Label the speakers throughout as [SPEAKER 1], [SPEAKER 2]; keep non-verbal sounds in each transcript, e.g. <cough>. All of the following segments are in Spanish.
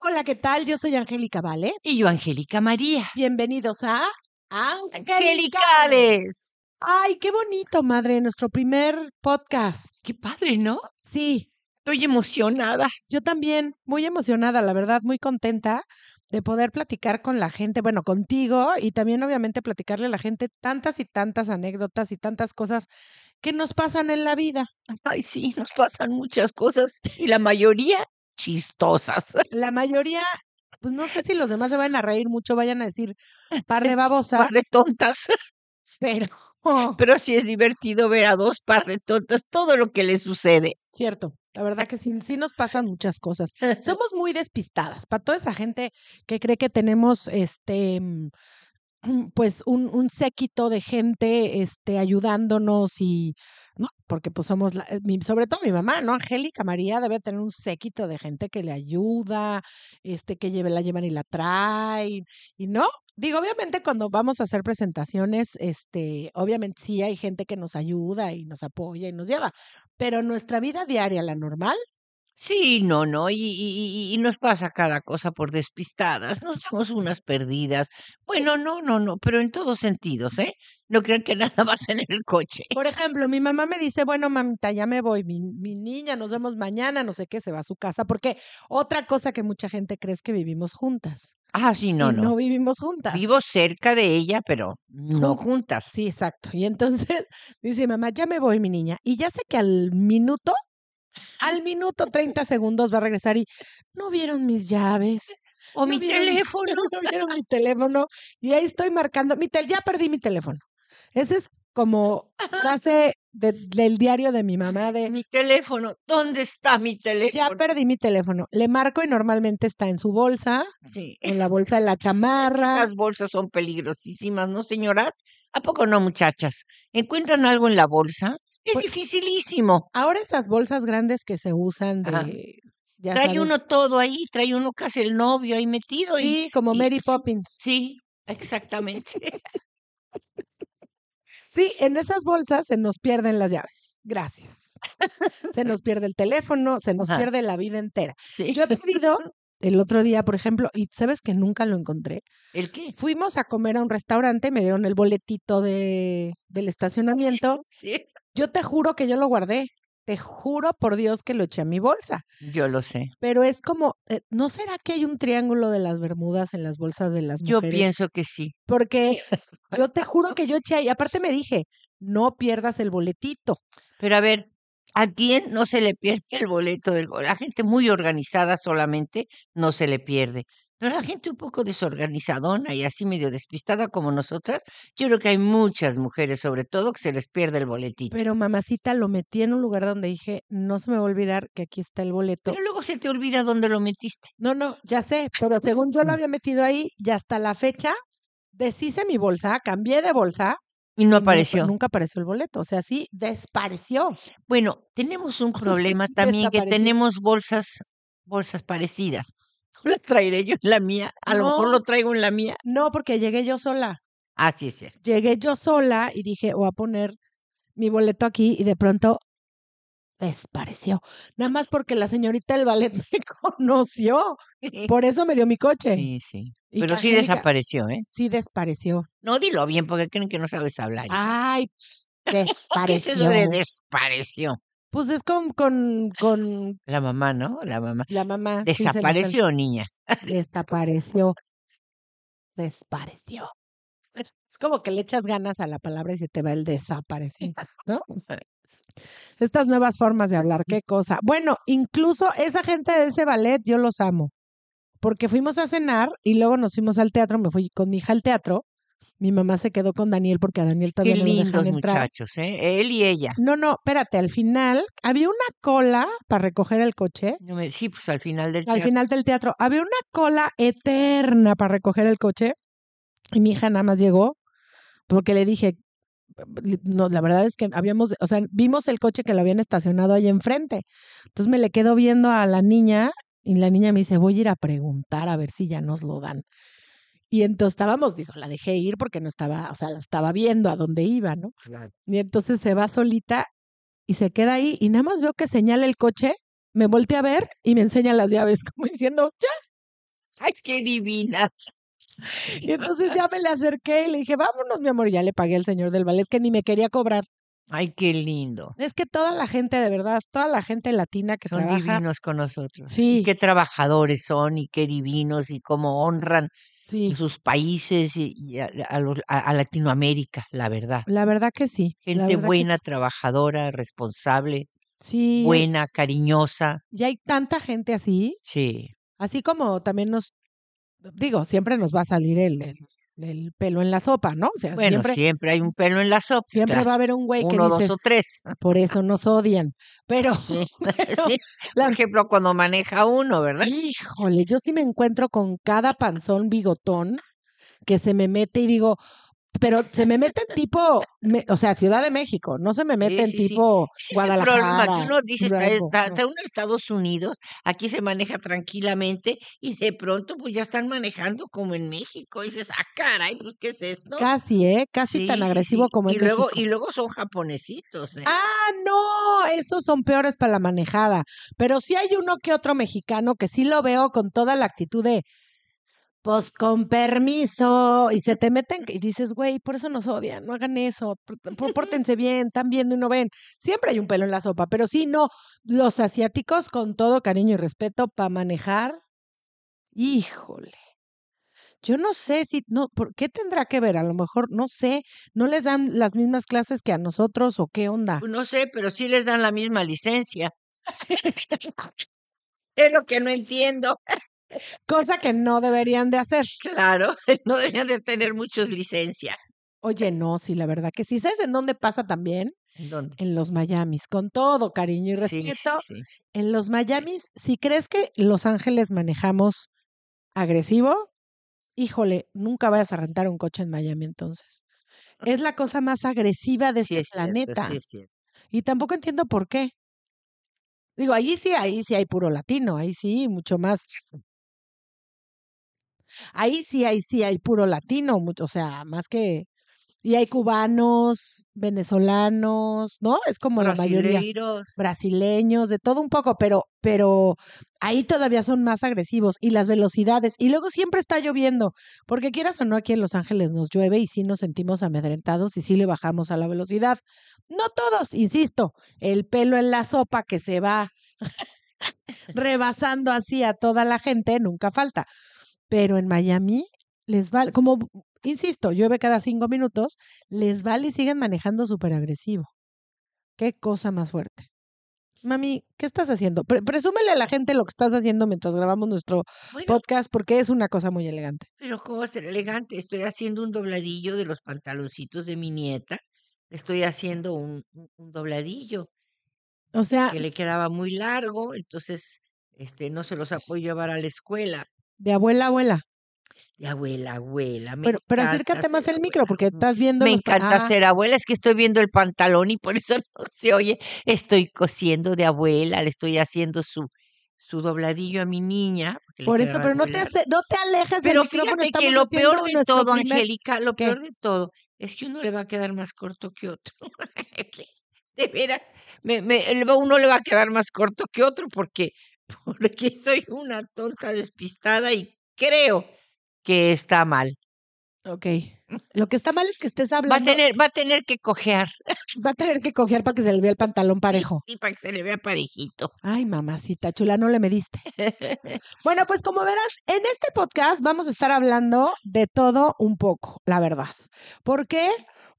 [SPEAKER 1] Hola, ¿qué tal? Yo soy Angélica Vale.
[SPEAKER 2] Y yo, Angélica María.
[SPEAKER 1] Bienvenidos a Angelicales.
[SPEAKER 2] Angelicales.
[SPEAKER 1] Ay, qué bonito, madre, nuestro primer podcast.
[SPEAKER 2] Qué padre, ¿no?
[SPEAKER 1] Sí,
[SPEAKER 2] Estoy emocionada.
[SPEAKER 1] yo también muy emocionada, la verdad, muy contenta de poder platicar con la gente, bueno, contigo y también obviamente platicarle a la gente tantas y tantas anécdotas y tantas cosas que nos pasan en la vida.
[SPEAKER 2] Ay, sí, nos pasan muchas cosas y la mayoría chistosas. <laughs>
[SPEAKER 1] La mayoría, pues no sé si los demás se van a reír mucho, vayan a decir par de babosas,
[SPEAKER 2] <laughs> Par de tontas.
[SPEAKER 1] <laughs> pero
[SPEAKER 2] <laughs> Pero sí es divertido ver a dos par de tontas todo lo que les sucede.
[SPEAKER 1] Cierto, la verdad que sí, sí nos pasan muchas cosas. Somos muy despistadas. Para toda esa gente que cree que tenemos este mm, <clears throat> mm, pues un, un séquito de gente este ayudándonos y no, porque pues somos la- eh, mi- sobre todo mi mamá, ¿no? Angélica María debe tener un séquito de gente que le ayuda, este que lleve, la llevan y la traen y no Digo, obviamente cuando vamos a hacer presentaciones, este, obviamente sí hay gente que nos ayuda y nos apoya y nos lleva, pero nuestra vida diaria, la normal,
[SPEAKER 2] Sí, no, no, y, y- y- y nos pasa cada cosa por despistadas, nos damos unas perdidas. Bueno, no, no, no, pero en todos sentidos, ¿eh? No crean que <laughs> nada más en el coche.
[SPEAKER 1] por ejemplo, mi mamá me dice, bueno, mamita, ya me voy, mi, mi niña, nos vemos mañana, no sé qué, se va a su casa, porque otra cosa que mucha gente cree es que vivimos juntas.
[SPEAKER 2] Ah, sí, no,
[SPEAKER 1] y no.
[SPEAKER 2] no.
[SPEAKER 1] vivimos juntas.
[SPEAKER 2] Vivo cerca de ella, pero no
[SPEAKER 1] Jun-
[SPEAKER 2] juntas.
[SPEAKER 1] Sí, exacto. Y entonces <laughs> dice, mamá, ya me voy, mi niña. Y ya sé que al minuto, al minuto 30 segundos va a regresar y no vieron mis llaves.
[SPEAKER 2] O
[SPEAKER 1] no
[SPEAKER 2] mi
[SPEAKER 1] vieron- <laughs>
[SPEAKER 2] teléfono.
[SPEAKER 1] No vieron mi teléfono y ahí estoy marcando. Mi tel- ya perdí mi teléfono. Ese es como frase de- del diario de mi mamá de
[SPEAKER 2] Mi teléfono, ¿dónde está mi
[SPEAKER 1] ya
[SPEAKER 2] teléfono?
[SPEAKER 1] perdí mi teléfono. Le marco y normalmente está en su bolsa,
[SPEAKER 2] Sí,
[SPEAKER 1] o en la bolsa de la chamarra.
[SPEAKER 2] Esas bolsas son peligrosísimas, ¿no, señoras? ¿A poco no, muchachas? ¿Encuentran algo en la bolsa? Es
[SPEAKER 1] Pues-
[SPEAKER 2] dificilísimo.
[SPEAKER 1] Ahora esas bolsas grandes que se usan
[SPEAKER 2] Ajá.
[SPEAKER 1] de ya
[SPEAKER 2] trae
[SPEAKER 1] sabes,
[SPEAKER 2] uno todo ahí, trae uno casi el novio ahí metido. y-
[SPEAKER 1] sí, como
[SPEAKER 2] y-
[SPEAKER 1] Mary
[SPEAKER 2] sí,
[SPEAKER 1] Poppins.
[SPEAKER 2] <laughs> Sí, exactamente.
[SPEAKER 1] Sí, en esas bolsas se nos pierden las llaves. Gracias. Se nos pierde el teléfono, se nos
[SPEAKER 2] Ajá.
[SPEAKER 1] pierde la vida entera.
[SPEAKER 2] Sí.
[SPEAKER 1] Yo he pedido el otro día, por ejemplo, y sabes que nunca lo encontré.
[SPEAKER 2] ¿El qué?
[SPEAKER 1] Fuimos a comer a un restaurante, me dieron el boletito de, del estacionamiento.
[SPEAKER 2] Sí.
[SPEAKER 1] Yo te juro que yo lo guardé. Te juro por Dios que lo eché a mi bolsa.
[SPEAKER 2] Yo lo sé.
[SPEAKER 1] Pero es como, eh, ¿no será que hay un triángulo de las Bermudas en las bolsas de las
[SPEAKER 2] Yo
[SPEAKER 1] mujeres?
[SPEAKER 2] pienso que sí. <laughs>
[SPEAKER 1] Porque yo te juro que yo eché ahí. Aparte me dije, no pierdas el boletito.
[SPEAKER 2] Pero a ver, ¿a quién no se le pierde <laughs> el boleto del gol? La gente muy organizada solamente no se le pierde. Pero la gente un poco desorganizadona y así medio despistada como nosotras, yo creo que hay muchas mujeres, sobre todo, que se les pierde el boletito. Pero,
[SPEAKER 1] Pero mamacita, lo metí en un lugar donde dije, no se me va a olvidar que aquí está el boleto.
[SPEAKER 2] luego se te olvida dónde lo metiste.
[SPEAKER 1] No, no, ya sé, pero según yo lo
[SPEAKER 2] Mm.
[SPEAKER 1] había metido ahí y hasta la fecha deshice mi bolsa, cambié de bolsa.
[SPEAKER 2] Y no
[SPEAKER 1] y nunca-
[SPEAKER 2] apareció.
[SPEAKER 1] Nunca, apareció el boleto, o sea, sí, desapareció.
[SPEAKER 2] Bueno, tenemos un
[SPEAKER 1] O sea,
[SPEAKER 2] problema también que
[SPEAKER 1] desapareció.
[SPEAKER 2] tenemos bolsas, bolsas parecidas. <laughs> No la traeré yo en la mía, a lo mejor
[SPEAKER 1] No.
[SPEAKER 2] lo traigo en la mía.
[SPEAKER 1] No, porque llegué yo sola.
[SPEAKER 2] Así es cierto.
[SPEAKER 1] Llegué yo sola y dije, voy a poner mi boleto aquí y de pronto desapareció. Nada más porque la señorita del ballet <laughs> me
[SPEAKER 2] <laughs>
[SPEAKER 1] conoció. Por eso me dio mi coche.
[SPEAKER 2] Sí, sí.
[SPEAKER 1] Y
[SPEAKER 2] Pero
[SPEAKER 1] que
[SPEAKER 2] sí
[SPEAKER 1] Angélica-
[SPEAKER 2] desapareció, ¿eh?
[SPEAKER 1] Sí desapareció.
[SPEAKER 2] No, dilo bien, porque creen que no sabes hablar.
[SPEAKER 1] Ah, Ay,
[SPEAKER 2] hija.
[SPEAKER 1] pss,
[SPEAKER 2] <laughs> ¿Qué es
[SPEAKER 1] desapareció.
[SPEAKER 2] eso de desapareció?
[SPEAKER 1] Pues es con, con, con
[SPEAKER 2] La mamá, ¿no? La mamá.
[SPEAKER 1] la mamá. Ah, sí, se nos sale.
[SPEAKER 2] Desapareció, niña.
[SPEAKER 1] Desapareció. Desapareció. Es como que le echas ganas a la palabra y se te va el
[SPEAKER 2] <laughs>
[SPEAKER 1] desaparecer, ¿no? Estas nuevas formas de hablar, qué cosa. Bueno, incluso esa gente de ese ballet, yo los amo. Porque fuimos a cenar y luego nos fuimos al teatro, me fui con mi hija al teatro Mi mamá se quedó con Daniel porque a Daniel
[SPEAKER 2] Qué
[SPEAKER 1] todavía no lo
[SPEAKER 2] lindos
[SPEAKER 1] dejan entrar.
[SPEAKER 2] muchachos, ¿eh? Él y ella.
[SPEAKER 1] No, no, espérate, al final había una cola para recoger el coche.
[SPEAKER 2] No me- Sí, pues al final del
[SPEAKER 1] Al
[SPEAKER 2] teatro.
[SPEAKER 1] final del teatro había una cola eterna para recoger el coche y mi hija nada más llegó porque le dije, li- no, la verdad es que habíamos, o sea, vimos el coche que lo habían estacionado ahí enfrente. Entonces me le quedo viendo a la niña y la niña me dice, voy a ir a preguntar a ver si ya nos lo dan. Y entonces estábamos, dijo, la dejé ir porque no estaba, o sea, la estaba viendo a dónde iba, ¿no?
[SPEAKER 2] Claro.
[SPEAKER 1] Y entonces se va solita y se queda ahí y nada más veo que señala el coche, me voltea a ver y me enseña las llaves <laughs> como diciendo,
[SPEAKER 2] Ay, qué divina.
[SPEAKER 1] Y entonces ya me le acerqué y le dije, vámonos, mi amor. Y ya le pagué al señor del ballet que ni me quería cobrar.
[SPEAKER 2] Ay, qué lindo.
[SPEAKER 1] Es que toda la gente, de verdad, toda la gente latina que
[SPEAKER 2] Son
[SPEAKER 1] trabaja.
[SPEAKER 2] divinos con nosotros.
[SPEAKER 1] Sí.
[SPEAKER 2] Y qué trabajadores son y qué divinos y cómo honran
[SPEAKER 1] Sí,
[SPEAKER 2] sus países y, y a, a los- a- a Latinoamérica, la verdad.
[SPEAKER 1] la verdad que sí. la
[SPEAKER 2] Gente
[SPEAKER 1] verdad que
[SPEAKER 2] buena, trabajadora, responsable,
[SPEAKER 1] Sí, Sí,
[SPEAKER 2] buena, cariñosa.
[SPEAKER 1] y hay tanta gente así,
[SPEAKER 2] Sí.
[SPEAKER 1] así como también nos, digo, siempre nos va a salir el, el, el pelo en la sopa, ¿no? O sea,
[SPEAKER 2] Bueno, siempre,
[SPEAKER 1] siempre,
[SPEAKER 2] hay un pelo en la sopa.
[SPEAKER 1] siempre
[SPEAKER 2] claro.
[SPEAKER 1] va a haber un güey que
[SPEAKER 2] Uno,
[SPEAKER 1] dices,
[SPEAKER 2] dos o
[SPEAKER 1] <laughs>
[SPEAKER 2] tres.
[SPEAKER 1] por eso nos odian. Pero,
[SPEAKER 2] Sí.
[SPEAKER 1] pero
[SPEAKER 2] <laughs> Sí,
[SPEAKER 1] la-
[SPEAKER 2] Por ejemplo, cuando maneja uno, <laughs> ¿verdad?
[SPEAKER 1] Híjole, yo sí me encuentro con cada panzón bigotón que se me mete y digo, pero se me mete en tipo, me- o sea, Ciudad de México, no se me mete en
[SPEAKER 2] sí, sí.
[SPEAKER 1] tipo
[SPEAKER 2] Ese es el problema,
[SPEAKER 1] Guadalajara.
[SPEAKER 2] que uno dice, está,
[SPEAKER 1] Durango,
[SPEAKER 2] está-
[SPEAKER 1] no.
[SPEAKER 2] está uno en Estados Unidos, aquí se maneja tranquilamente y de pronto pues ya están manejando como en México. Y dices, ah, caray, pues ¿qué es esto?
[SPEAKER 1] Casi, ¿eh? Casi
[SPEAKER 2] Sí,
[SPEAKER 1] tan
[SPEAKER 2] sí,
[SPEAKER 1] agresivo
[SPEAKER 2] sí.
[SPEAKER 1] como
[SPEAKER 2] y
[SPEAKER 1] en
[SPEAKER 2] luego
[SPEAKER 1] México.
[SPEAKER 2] Y luego son japonesitos, ¿eh?
[SPEAKER 1] Ah, no, esos son peores para la manejada. Pero sí hay uno que otro mexicano que sí lo veo con toda la actitud de, pues con permiso, y se te meten y dices, güey, por eso nos odian, no hagan eso, por- por- pórtense bien, están viendo y no ven. Siempre hay un pelo en la sopa, pero sí, no, los asiáticos con todo cariño y respeto para manejar, híjole. Yo no sé si, no, ¿por qué tendrá que ver? A lo mejor, no sé, no les dan las mismas clases que a nosotros o qué onda.
[SPEAKER 2] Pues, no sé, pero sí les dan la
[SPEAKER 1] <laughs>
[SPEAKER 2] misma licencia. es lo que no entiendo. <laughs>
[SPEAKER 1] Cosa que no deberían de hacer.
[SPEAKER 2] Claro, <laughs> no deberían de tener muchas licencias.
[SPEAKER 1] Oye, no, sí, la verdad que sí. ¿Sabes en dónde pasa también?
[SPEAKER 2] ¿En dónde?
[SPEAKER 1] En los Miamis, con todo cariño y
[SPEAKER 2] Sí, sí,
[SPEAKER 1] respeto.
[SPEAKER 2] sí.
[SPEAKER 1] En los Miamis, si crees que Los Ángeles manejamos agresivo, híjole, nunca vayas a rentar un coche en Miami entonces. Es la cosa más agresiva de
[SPEAKER 2] Sí
[SPEAKER 1] este
[SPEAKER 2] es cierto,
[SPEAKER 1] planeta.
[SPEAKER 2] sí es cierto.
[SPEAKER 1] Y tampoco entiendo por qué. Digo, ahí sí, ahí sí hay puro latino, ahí sí, mucho más. Ahí sí, ahí sí hay puro latino, mucho- o sea, más que. Y hay cubanos, venezolanos, ¿no? Es como la mayoría.
[SPEAKER 2] Brasileiros.
[SPEAKER 1] brasileños, de todo un poco, pero, pero ahí todavía son más agresivos y las velocidades. Y luego siempre está lloviendo, porque quieras o no, aquí en Los Ángeles nos llueve y sí nos sentimos amedrentados y sí le bajamos a la velocidad. No todos, insisto, el pelo en la sopa que se va <laughs> rebasando así a toda la gente, nunca falta. Pero en Miami les vale, como, insisto, llueve cada cinco minutos, les vale y siguen manejando súper agresivo. Qué cosa más fuerte. Mami, ¿qué estás haciendo? Pre- presúmele a la gente lo que estás haciendo mientras grabamos nuestro
[SPEAKER 2] Bueno,
[SPEAKER 1] podcast porque es una cosa muy elegante.
[SPEAKER 2] Pero cómo ser elegante, estoy haciendo un dobladillo de los pantaloncitos de mi nieta, le estoy haciendo un, un- un dobladillo
[SPEAKER 1] O sea,
[SPEAKER 2] que le quedaba muy largo, entonces este no se los ha podido llevar a la escuela.
[SPEAKER 1] de abuela a abuela.
[SPEAKER 2] Y abuela, abuela, me
[SPEAKER 1] Pero, pero
[SPEAKER 2] encanta
[SPEAKER 1] acércate más
[SPEAKER 2] ser
[SPEAKER 1] el micro
[SPEAKER 2] abuela.
[SPEAKER 1] porque estás viendo
[SPEAKER 2] Me
[SPEAKER 1] los pa-
[SPEAKER 2] encanta
[SPEAKER 1] Ah,
[SPEAKER 2] ser abuela, es que estoy viendo el pantalón y por eso <laughs> no se oye. Estoy cosiendo de abuela, le estoy haciendo su, su dobladillo a mi niña. porque le
[SPEAKER 1] Por eso,
[SPEAKER 2] quedaba
[SPEAKER 1] pero no
[SPEAKER 2] muy
[SPEAKER 1] te,
[SPEAKER 2] largo.
[SPEAKER 1] hace- no te alejes
[SPEAKER 2] Pero
[SPEAKER 1] del micrófono.
[SPEAKER 2] fíjate que
[SPEAKER 1] estamos
[SPEAKER 2] lo peor
[SPEAKER 1] haciendo
[SPEAKER 2] de
[SPEAKER 1] nuestro
[SPEAKER 2] todo,
[SPEAKER 1] primer-
[SPEAKER 2] Angélica, lo
[SPEAKER 1] ¿Qué?
[SPEAKER 2] peor de todo es que uno le va a quedar más corto que otro. <laughs> de veras, me- me- el- uno le va a quedar más corto que otro porque, <laughs> porque soy una tonta despistada y creo que está mal.
[SPEAKER 1] Ok. Lo que está mal es que estés
[SPEAKER 2] Va a
[SPEAKER 1] hablando.
[SPEAKER 2] tener, va a tener que cojear.
[SPEAKER 1] Va a tener que coger para que se le vea el pantalón parejo.
[SPEAKER 2] Sí, para que se le vea parejito.
[SPEAKER 1] Ay, mamacita chula, no le mediste. Bueno, pues como verás, en este podcast vamos a estar hablando de todo un poco, la verdad. ¿Por qué?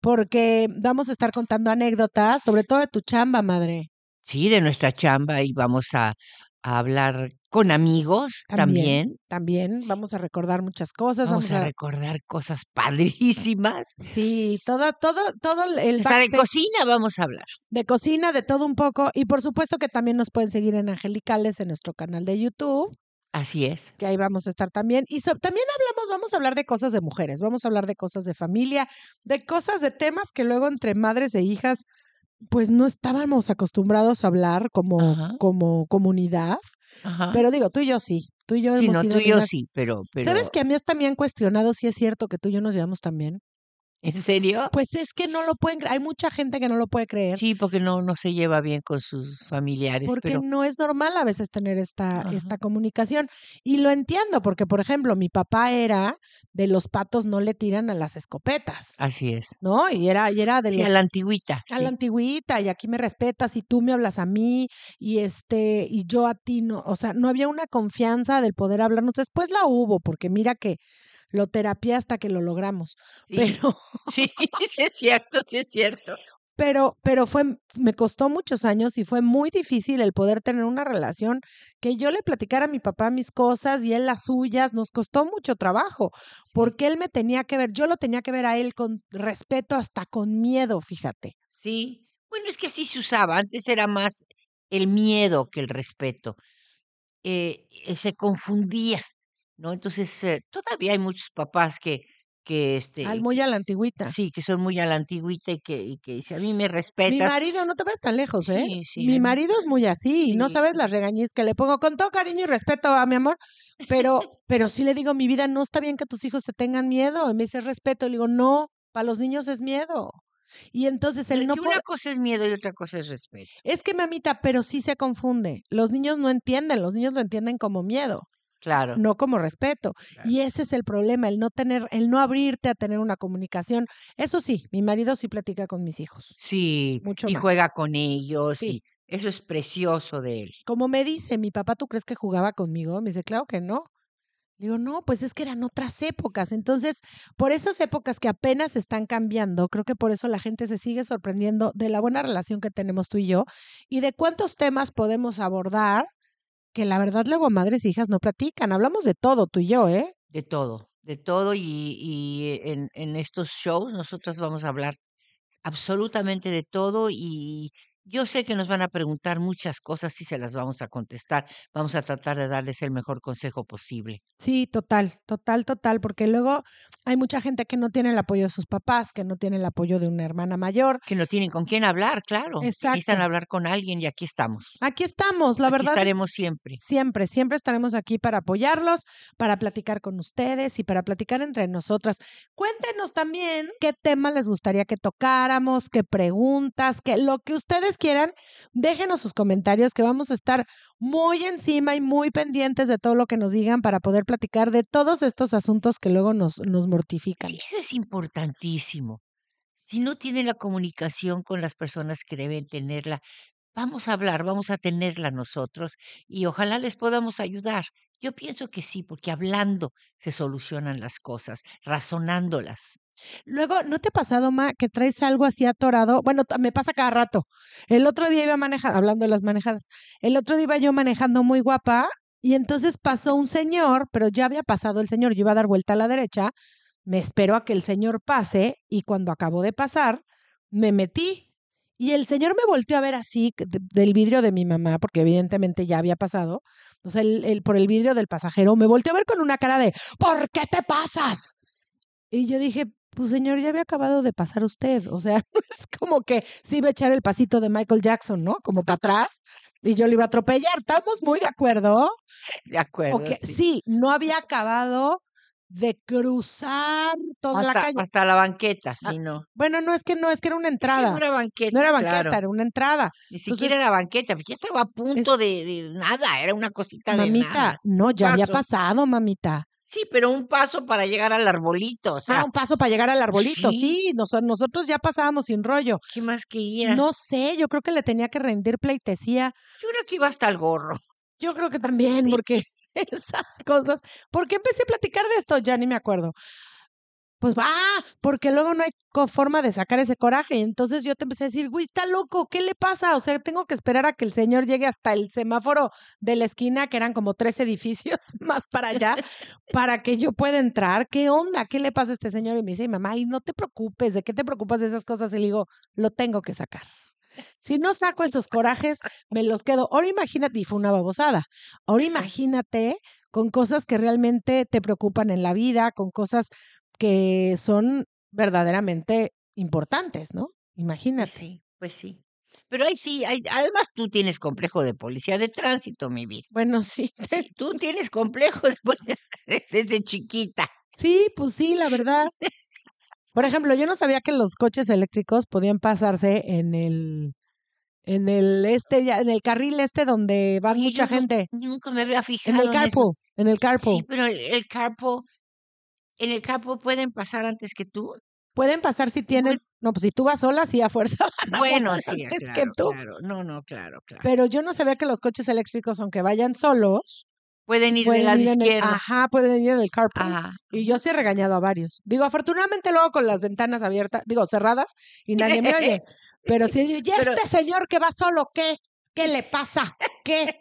[SPEAKER 1] Porque vamos a estar contando anécdotas, sobre todo de tu chamba, madre.
[SPEAKER 2] Sí, de nuestra chamba y vamos a, a hablar con amigos también.
[SPEAKER 1] También vamos a recordar muchas cosas.
[SPEAKER 2] Vamos
[SPEAKER 1] Vamos,
[SPEAKER 2] a
[SPEAKER 1] a,
[SPEAKER 2] recordar cosas padrísimas. <laughs>
[SPEAKER 1] sí, todo, todo, todo el- el
[SPEAKER 2] Hasta de
[SPEAKER 1] backstage
[SPEAKER 2] cocina vamos a hablar.
[SPEAKER 1] de cocina, de todo un poco. Y por supuesto que también nos pueden seguir en Angelicales en nuestro canal de YouTube.
[SPEAKER 2] Así es.
[SPEAKER 1] que ahí vamos a estar también. Y so- también hablamos, vamos a hablar de cosas de mujeres, vamos a hablar de cosas de familia, de cosas, de temas que luego entre madres e hijas, pues no estábamos acostumbrados a hablar como,
[SPEAKER 2] Ajá,
[SPEAKER 1] como comunidad.
[SPEAKER 2] ajá.
[SPEAKER 1] Pero digo, tú y yo sí, tú y yo
[SPEAKER 2] sí,
[SPEAKER 1] hemos
[SPEAKER 2] no,
[SPEAKER 1] sido
[SPEAKER 2] tú y yo
[SPEAKER 1] amigas.
[SPEAKER 2] sí, pero, pero.
[SPEAKER 1] ¿Sabes que a mí hasta me han cuestionado si es cierto que tú y yo nos llevamos también?
[SPEAKER 2] ¿En serio?
[SPEAKER 1] Pues es que no lo pueden creer, hay mucha gente que no lo puede creer.
[SPEAKER 2] Sí, porque no, no se lleva bien con sus familiares,
[SPEAKER 1] porque
[SPEAKER 2] pero
[SPEAKER 1] no es normal a veces tener esta,
[SPEAKER 2] Ajá.
[SPEAKER 1] esta comunicación. Y lo entiendo, porque, por ejemplo, mi papá era de los patos no le tiran a las escopetas,
[SPEAKER 2] así es.
[SPEAKER 1] ¿no? Y era, y era de
[SPEAKER 2] Sí,
[SPEAKER 1] los
[SPEAKER 2] a la antigüita.
[SPEAKER 1] a
[SPEAKER 2] sí.
[SPEAKER 1] la antigüita, y aquí me respetas, y tú me hablas a mí, y este, y yo a ti no. O sea, no había una confianza del poder hablarnos. Después la hubo, porque mira que lo terapia hasta que lo logramos.
[SPEAKER 2] Sí,
[SPEAKER 1] Pero,
[SPEAKER 2] <laughs> sí, sí es cierto, sí es cierto.
[SPEAKER 1] pero, pero fue, m- me costó muchos años y fue muy difícil el poder tener una relación que yo le platicara a mi papá mis cosas y él las suyas. Nos costó mucho trabajo porque él me tenía que ver, yo lo tenía que ver a él con respeto hasta con miedo, fíjate.
[SPEAKER 2] Sí. Bueno, es que así se usaba. Antes era más el miedo que el respeto. Eh, eh, se confundía, ¿no? Entonces, eh, todavía hay muchos papás que, que este,
[SPEAKER 1] Al muy a la antigüita.
[SPEAKER 2] sí, que son muy a la antigüita y que, y que dicen, a mí me
[SPEAKER 1] Mi
[SPEAKER 2] respetas.
[SPEAKER 1] marido, no te ves tan lejos, ¿eh?
[SPEAKER 2] Sí, sí,
[SPEAKER 1] mi
[SPEAKER 2] hay
[SPEAKER 1] marido es
[SPEAKER 2] muchas-
[SPEAKER 1] muy así, y no
[SPEAKER 2] sí.
[SPEAKER 1] sabes las regañiz que le pongo con todo cariño y respeto a mi amor, pero, pero sí le digo, mi vida no está bien que tus hijos te tengan miedo, y me dice respeto, y le digo, no, para los niños es miedo. Y entonces
[SPEAKER 2] Que
[SPEAKER 1] él no puede,
[SPEAKER 2] una cosa es miedo y otra cosa es respeto.
[SPEAKER 1] es que mamita, pero sí se confunde, los niños no entienden, los niños lo entienden como miedo
[SPEAKER 2] Claro.
[SPEAKER 1] no como respeto. Y ese es el problema, el no tener, el no abrirte a tener una comunicación. Eso sí, mi marido sí platica con mis hijos.
[SPEAKER 2] Sí,
[SPEAKER 1] Mucho
[SPEAKER 2] y
[SPEAKER 1] más.
[SPEAKER 2] juega con ellos
[SPEAKER 1] Sí.
[SPEAKER 2] y eso es precioso de él.
[SPEAKER 1] Como me dice, mi papá, ¿tú crees que jugaba conmigo? Me dice, claro que no. Le Digo, no, pues es que eran otras épocas. Entonces, por esas épocas que apenas están cambiando, creo que por eso la gente se sigue sorprendiendo de la buena relación que tenemos tú y yo y de cuántos temas podemos abordar que la verdad luego madres e hijas no platican. Hablamos de todo tú y yo, ¿eh?
[SPEAKER 2] De todo, de todo y, y en, en estos shows nosotros vamos a hablar absolutamente de todo y yo sé que nos van a preguntar muchas cosas y se las vamos a contestar. Vamos a tratar de darles el mejor consejo posible.
[SPEAKER 1] Sí, total, total, total, porque luego hay mucha gente que no tiene el apoyo de sus papás, que no tiene el apoyo de una hermana mayor.
[SPEAKER 2] Que no tienen con quién hablar, claro. que Necesitan
[SPEAKER 1] Exacto.
[SPEAKER 2] hablar con alguien y aquí estamos.
[SPEAKER 1] Aquí estamos, la
[SPEAKER 2] aquí
[SPEAKER 1] verdad
[SPEAKER 2] estaremos siempre.
[SPEAKER 1] Siempre, siempre estaremos aquí para apoyarlos, para platicar con ustedes y para platicar entre nosotras. Cuéntenos también qué tema les gustaría que tocáramos, qué preguntas, que lo que ustedes quieran, déjenos sus comentarios que vamos a estar muy encima y muy pendientes de todo lo que nos digan para poder platicar de todos estos asuntos que luego nos, nos mortifican.
[SPEAKER 2] Sí, eso es importantísimo. Si no tienen la comunicación con las personas que deben tenerla, vamos a hablar, vamos a tenerla nosotros y ojalá les podamos ayudar. Yo pienso que sí, porque hablando se solucionan las cosas, razonándolas.
[SPEAKER 1] Luego, ¿no te ha pasado, Ma, que traes algo así atorado? Bueno, t- me pasa cada rato. El otro día iba manejando, hablando de las manejadas, el otro día iba yo manejando muy guapa y entonces pasó un señor, pero ya había pasado el señor, yo iba a dar vuelta a la derecha, me espero a que el señor pase y cuando acabó de pasar, me metí. Y el señor me volteó a ver así que de- del vidrio de mi mamá, porque evidentemente ya había pasado. O sea, el- el- por el vidrio del pasajero, me volteó a ver con una cara de, ¿por qué te pasas? Y yo dije, pues señor, ya había acabado de pasar usted. O sea, <laughs> no es como que sí iba a echar el pasito de Michael Jackson, ¿no? Como
[SPEAKER 2] <laughs>
[SPEAKER 1] para atrás. Y yo le iba a atropellar. Estamos muy de acuerdo.
[SPEAKER 2] De acuerdo.
[SPEAKER 1] O que sí. no había acabado de cruzar toda
[SPEAKER 2] Hasta,
[SPEAKER 1] la calle.
[SPEAKER 2] hasta la banqueta, sí, no.
[SPEAKER 1] Bueno, no es que no, es que era una
[SPEAKER 2] Es que
[SPEAKER 1] entrada.
[SPEAKER 2] No era banqueta.
[SPEAKER 1] No era
[SPEAKER 2] claro.
[SPEAKER 1] banqueta, era una entrada.
[SPEAKER 2] Ni
[SPEAKER 1] Entonces-
[SPEAKER 2] siquiera era banqueta, pues ya estaba a punto de, de nada, era una cosita de
[SPEAKER 1] Mamita,
[SPEAKER 2] nada.
[SPEAKER 1] no, ya había
[SPEAKER 2] Paso.
[SPEAKER 1] pasado, mamita.
[SPEAKER 2] Sí, pero un paso para llegar al arbolito, o sea,
[SPEAKER 1] ah, un paso para llegar al arbolito.
[SPEAKER 2] sí.
[SPEAKER 1] Sí, nos- nosotros ya pasábamos sin rollo.
[SPEAKER 2] ¿qué más quería?
[SPEAKER 1] No sé, yo creo que le tenía que rendir pleitesía
[SPEAKER 2] Yo creo que iba hasta el gorro.
[SPEAKER 1] Yo creo que también, <laughs> porque esas cosas. ¿Por qué empecé a platicar de esto? Ya ni me acuerdo. pues va, porque luego no hay co- forma de sacar ese coraje. Y entonces yo te empecé a decir, güey, está loco, ¿qué le pasa? O sea, tengo que esperar a que el señor llegue hasta el semáforo de la esquina, que eran como tres edificios <laughs> más para allá, para que yo pueda entrar. ¿Qué onda? ¿Qué le pasa a este señor? Y me dice, mamá, y no te preocupes, ¿de qué te preocupas de esas cosas? Y le digo, lo tengo que sacar. Si no saco esos corajes, me los quedo. Ahora imagínate, y fue una babosada. Ahora imagínate con cosas que realmente te preocupan en la vida, con cosas que son verdaderamente importantes, ¿no?
[SPEAKER 2] Pues
[SPEAKER 1] Imagínate.
[SPEAKER 2] sí, pues sí. Pero ahí sí, ahí- además tú tienes complejo de policía de tránsito, mi vida.
[SPEAKER 1] Bueno, <laughs> sí.
[SPEAKER 2] Sí, tú tienes complejo de policía <laughs> desde chiquita.
[SPEAKER 1] Sí, pues sí, la verdad. Por ejemplo, yo no sabía que los coches eléctricos podían pasarse en el en el este ya en el carril este donde va
[SPEAKER 2] Oye,
[SPEAKER 1] mucha
[SPEAKER 2] yo nu-
[SPEAKER 1] gente,
[SPEAKER 2] Nunca me había
[SPEAKER 1] en
[SPEAKER 2] fijado.
[SPEAKER 1] el
[SPEAKER 2] eso.
[SPEAKER 1] carpool, en el carpool.
[SPEAKER 2] Sí, pero el, el carpool, en el carpool pueden pasar antes que tú.
[SPEAKER 1] Pueden pasar si tienen, no, pues si tú vas sola sí a fuerza <laughs> van a
[SPEAKER 2] Bueno,
[SPEAKER 1] pasar
[SPEAKER 2] sí,
[SPEAKER 1] antes
[SPEAKER 2] claro,
[SPEAKER 1] que tú.
[SPEAKER 2] claro. No, no, claro, claro.
[SPEAKER 1] Pero yo no sabía que los coches eléctricos aunque vayan solos,
[SPEAKER 2] Pueden ir del
[SPEAKER 1] pueden
[SPEAKER 2] lado
[SPEAKER 1] ir en el,
[SPEAKER 2] izquierdo. Ah,
[SPEAKER 1] ajá, pueden ir en el carpool.
[SPEAKER 2] Ajá.
[SPEAKER 1] Y yo sí he regañado a varios. Digo, afortunadamente luego con las ventanas abiertas, digo, cerradas, y nadie me oye. Pero si yo, ¿y
[SPEAKER 2] Pero-
[SPEAKER 1] este señor que va solo qué? ¿Qué le pasa?
[SPEAKER 2] <laughs>
[SPEAKER 1] ¿Qué?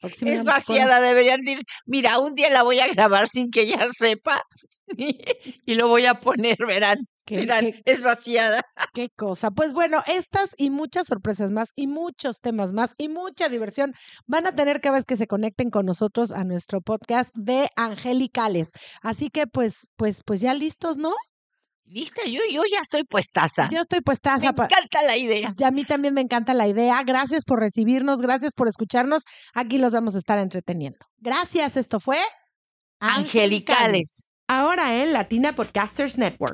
[SPEAKER 1] Porque sí me da
[SPEAKER 2] es
[SPEAKER 1] mucho
[SPEAKER 2] vaciada, deberían de ir. Mira, un día la voy a grabar sin que ella sepa <laughs> y, y lo voy a poner, verán.
[SPEAKER 1] ¿Qué-
[SPEAKER 2] verán,
[SPEAKER 1] qué-
[SPEAKER 2] es vaciada.
[SPEAKER 1] Qué cosa. Pues bueno, estas y muchas sorpresas más y muchos temas más y mucha diversión van a tener cada vez que se conecten con nosotros a nuestro podcast de Angelicales. Así que pues, pues, pues ya listos, ¿no?
[SPEAKER 2] Lista, yo, yo ya estoy puestaza.
[SPEAKER 1] Yo estoy pues
[SPEAKER 2] Me
[SPEAKER 1] taza pa-
[SPEAKER 2] encanta la idea.
[SPEAKER 1] Y a mí también me encanta la idea. Gracias por recibirnos, gracias por escucharnos. Aquí los vamos a estar entreteniendo. Gracias, esto fue
[SPEAKER 2] Angelicales.
[SPEAKER 1] Ahora en Latina Podcasters Network.